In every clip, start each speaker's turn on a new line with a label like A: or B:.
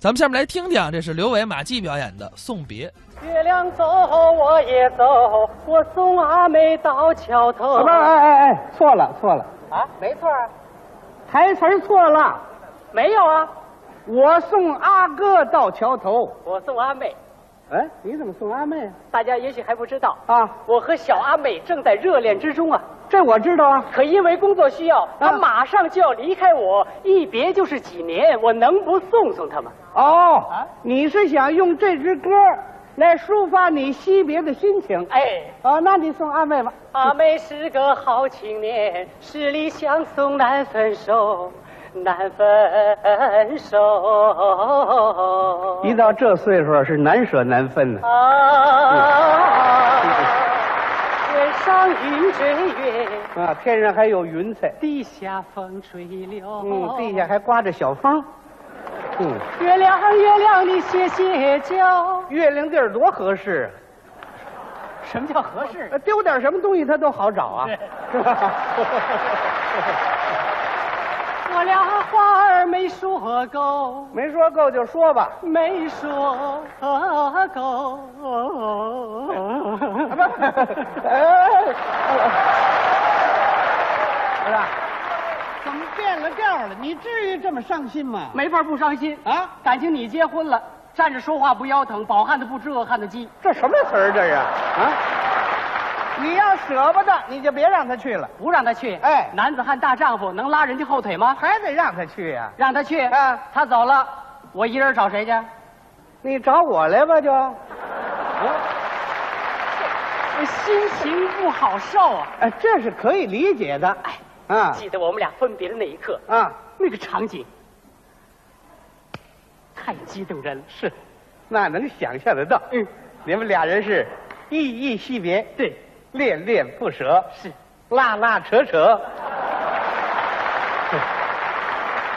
A: 咱们下面来听听啊，这是刘伟、马季表演的《送别》。
B: 月亮走，我也走，我送阿妹到桥头。
C: 什么？哎哎哎，错了错了，
B: 啊？没错啊，
C: 台词儿错了。
B: 没有啊，
C: 我送阿哥到桥头。
B: 我送阿妹，
C: 哎，你怎么送阿妹啊？
B: 大家也许还不知道，
C: 啊，
B: 我和小阿妹正在热恋之中啊。
C: 这我知道啊。
B: 可因为工作需要，她
C: 啊
B: 马上就要离开我，一别就是几年，我能不送送她吗？
C: 哦，你是想用这支歌来抒发你惜别的心情？
B: 哎，
C: 啊，那你送阿妹吧。
B: 阿妹是个好青年，十里相送难分手，难分手。
C: 一到这岁数是难舍难分呢、
B: 啊，天上云追月，
C: 啊。天上还有云彩，
B: 地下风吹柳。
C: 嗯，地下还刮着小风，嗯，
B: 月亮，月亮你歇歇脚。
C: 月亮地儿多合适啊。
B: 什么叫合适？
C: 呃丢点什么东西他都好找啊，是吧？
B: 我俩话儿没说够，
C: 没说够就说吧，
B: 没说够。
C: 啊不， 哎，不是，怎么变了调了？你至于这么伤心吗？
B: 没法不伤心啊！
C: 啊，
B: 感情你结婚了，站着说话不腰疼，饱汉子不知饿汉子饥。
C: 这什么词儿这是啊？你要舍不得，你就别让他去了，
B: 不让他去，
C: 哎
B: 男子汉大丈夫能拉人家后腿吗？
C: 还得让他去呀、
B: 让他去，
C: 啊
B: 他走了，我一人找谁去？
C: 你找我来吧，就。
B: 我心情不好受啊！
C: 哎，这是可以理解的。啊
B: 记得我们俩分别的那一刻，
C: 啊，
B: 那个场景太激动人了。是，
C: 那能想象得到。
B: 嗯，
C: 你们俩人是意意惜别，
B: 对，
C: 恋恋不舍，
B: 是，
C: 拉拉扯 扯，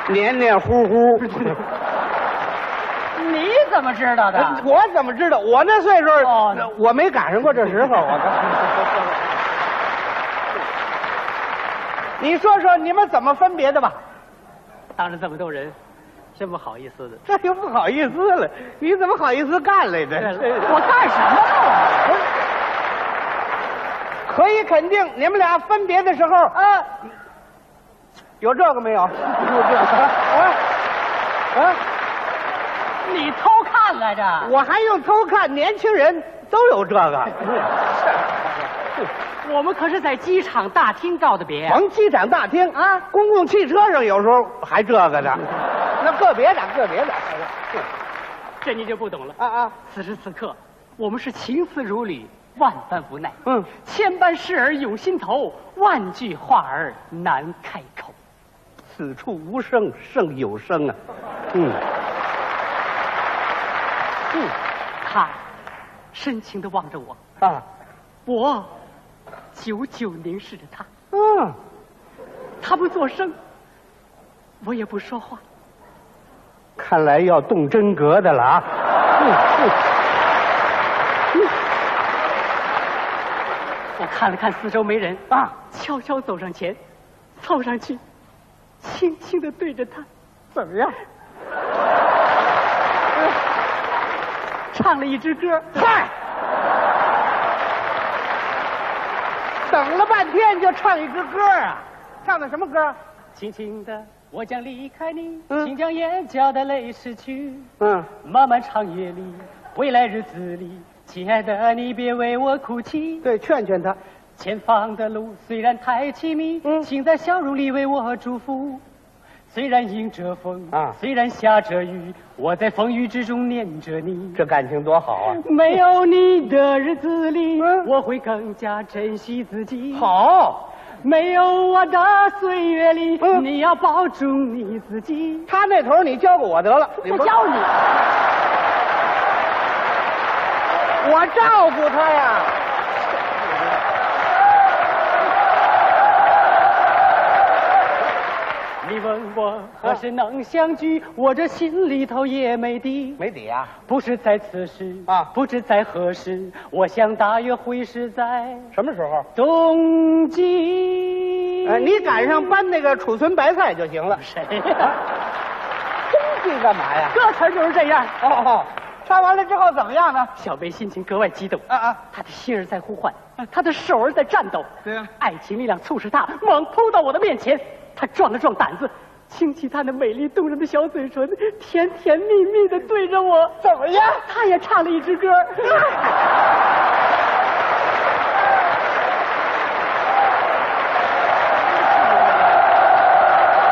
C: 黏黏糊 糊。
B: 你怎么知道的？
C: 哎我怎么知道？我那岁数，
B: 哦
C: 那我没赶上过这时候。我告诉 你，你说说你们怎么分别的吧？
B: 当着这么多人，真不好意思的。
C: 这就不好意思了，你怎么好意思干来着？
B: 我干什么了？
C: 可以肯定，你们俩分别的时候，啊，
B: 呃
C: 有这个没 有？有这个啊啊！
B: 我你偷看来着？
C: 我还用偷看，年轻人都有这 个。
B: 我们可是在机场大厅告的别。
C: 甭机场大厅啊，公共汽车上有时候还这个呢。 那个别的，个别的。
B: 这你就不懂了。
C: 啊啊，
B: 此时此刻，我们是情丝如缕，万般无奈。
C: 嗯，
B: 千般事儿涌心头，万句话儿难开口。
C: 此处无声胜有声啊。嗯，
B: 他深情地望着我，
C: 啊，
B: 我久久凝视着他。
C: 嗯，
B: 他不作声，我也不说话。
C: 看来要动真格的了啊。嗯嗯
B: 我看了看四周没人，
C: 啊，
B: 悄悄走上前，凑上去，轻轻地对着他
C: 怎么样？
B: 唱了一支歌。
C: 嗨， 等了半天就唱一支歌啊，唱的什么歌？
B: 轻轻的，我将离开你，
C: 嗯
B: 请将眼角的泪拭去。
C: 嗯，
B: 漫漫长夜里，未来日子里，亲爱的你别为我哭泣。
C: 对，劝劝他。
B: 前方的路虽然太凄迷，
C: 嗯
B: 请在笑容里为我祝福。虽然迎着风，
C: 啊
B: 虽然下着雨，我在风雨之中念着你。
C: 这感情多好啊！
B: 没有你的日子里，
C: 嗯
B: 我会更加珍惜自己。
C: 好，
B: 没有我的岁月里，
C: 嗯
B: 你要保重你自己。
C: 他那头你交给我得了，你
B: 我
C: 不是
B: 教你。
C: 我照顾他呀。
B: 你问我何时能相聚，我这心里头也没底。
C: 没底啊？
B: 不是在此时
C: 啊
B: 不知在何时，我想大约会是在
C: 什么时候？呃
B: 冬季。
C: 哎，你赶上搬那个储存白菜就行了。
B: 谁呀、
C: 冬劲干嘛呀？
B: 歌词儿啊就是这样。
C: 哦哦，唱啊完了之后怎么样呢？
B: 小贝心情格外激动
C: 啊啊！
B: 他的心儿在呼唤，他的手儿在颤抖。
C: 对啊
B: 爱情力量促使他猛扑到我的面前，他壮了壮胆子，轻启他那美丽动人的小嘴唇，甜甜蜜蜜的对着我。
C: 怎么样？
B: 他也唱了一支歌。啊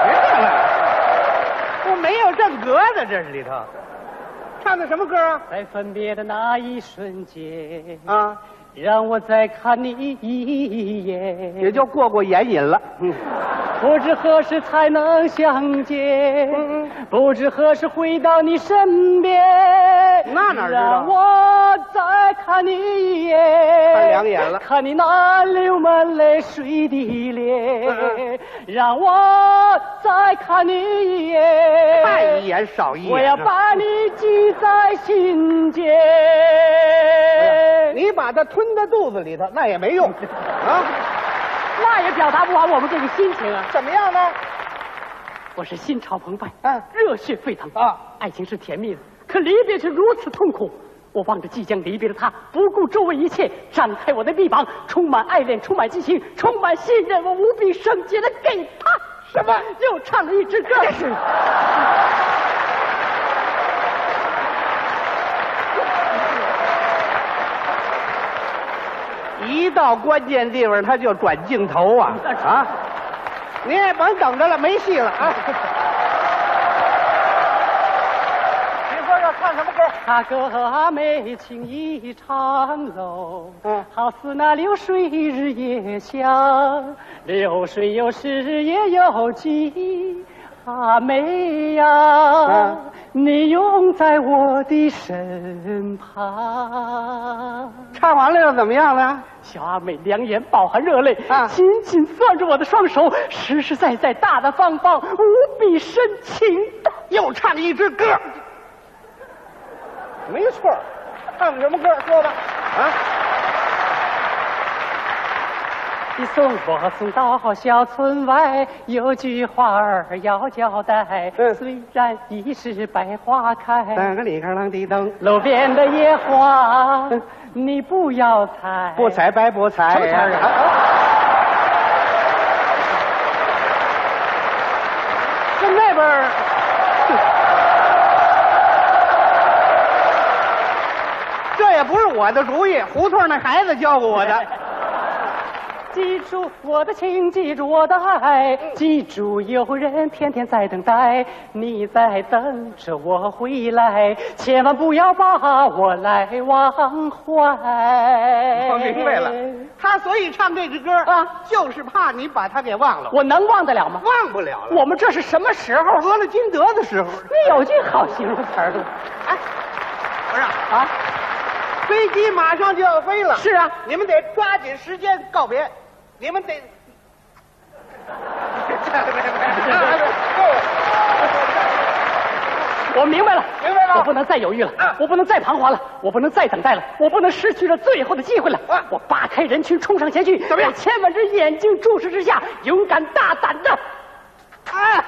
C: 别唱了，我没有正格的这里头。唱的什么歌啊？
B: 在分别的那一瞬间，
C: 啊，
B: 让我再看你一眼。
C: 也就过过眼瘾了。嗯，
B: 不知何时才能相见，
C: 嗯
B: 不知何时回到你身边。
C: 那哪知道
B: 让我再看你一眼，
C: 看两眼了
B: 看你那流满泪水的
C: 嗯
B: 脸。让我再看你一眼，
C: 看一眼啊少一眼。
B: 我要把你记在心间。
C: 哎你把它吞到肚子里头，那也没 用啊。
B: 那也表达不完我们这个心情啊！
C: 怎么样呢？
B: 我是心潮澎湃，
C: 嗯
B: 热血沸腾
C: 啊！
B: 爱情是甜蜜的，可离别却如此痛苦。我望着即将离别的他，不顾周围一切，展开我的臂膀，充满爱恋，充满激情，充满信任，我无比圣洁的给他
C: 什么
B: 又唱了一支歌。
C: 一到关键地方，他就转镜头啊啊！您也甭等着了，没戏了 啊！您说要唱什么歌？
B: 他歌美情意长楼，
C: 嗯
B: 好似那流水日夜响，流水有时也有迹。阿妹呀，
C: 嗯
B: 你永在我的身旁。
C: 唱完了又怎么样呢？
B: 小阿妹两眼饱含热泪，
C: 啊
B: 紧紧攥住我的双手，实实在在、大大方方、无比深情的。
C: 又唱一支歌。没错儿，唱什么歌？说吧。啊，
B: 你送我送到小村外，有句话儿要交代。
C: 嗯啊
B: 虽然已是百花开，
C: 三个里克啷滴噔，
B: 路边的野花
C: 嗯
B: 你不要采，
C: 不才白不才哎
B: 什么词 儿啊
C: 跟那边儿 这也不是我的主意，胡同那孩子教过我的。
B: 记住我的情，记住我的爱，
C: 嗯
B: 记住有人天天在等待，你在等着我回来，千万不要把我来忘怀。
C: 我明白了，他所以唱这支歌
B: 啊
C: 就是怕你把他给忘了，
B: 我能忘得了吗？
C: 忘不了了。
B: 我们这是什么时候？
C: 俄勒金德的时候，
B: 你有句好形容词儿吗？
C: 哎，不是，
B: 啊，
C: 飞机马上就要飞了，
B: 是啊，
C: 你们得抓紧时间告别，你们得。
B: 我明白了，
C: 明白了
B: 我不能再犹豫了，
C: 啊
B: 我不能再彷徨了，我不能再等待了，我不能失去了最后的机会了。
C: 啊
B: 我扒开人群冲上前去，
C: 怎么样
B: 在千万只眼睛注视之下，勇敢大胆的。
C: 哎，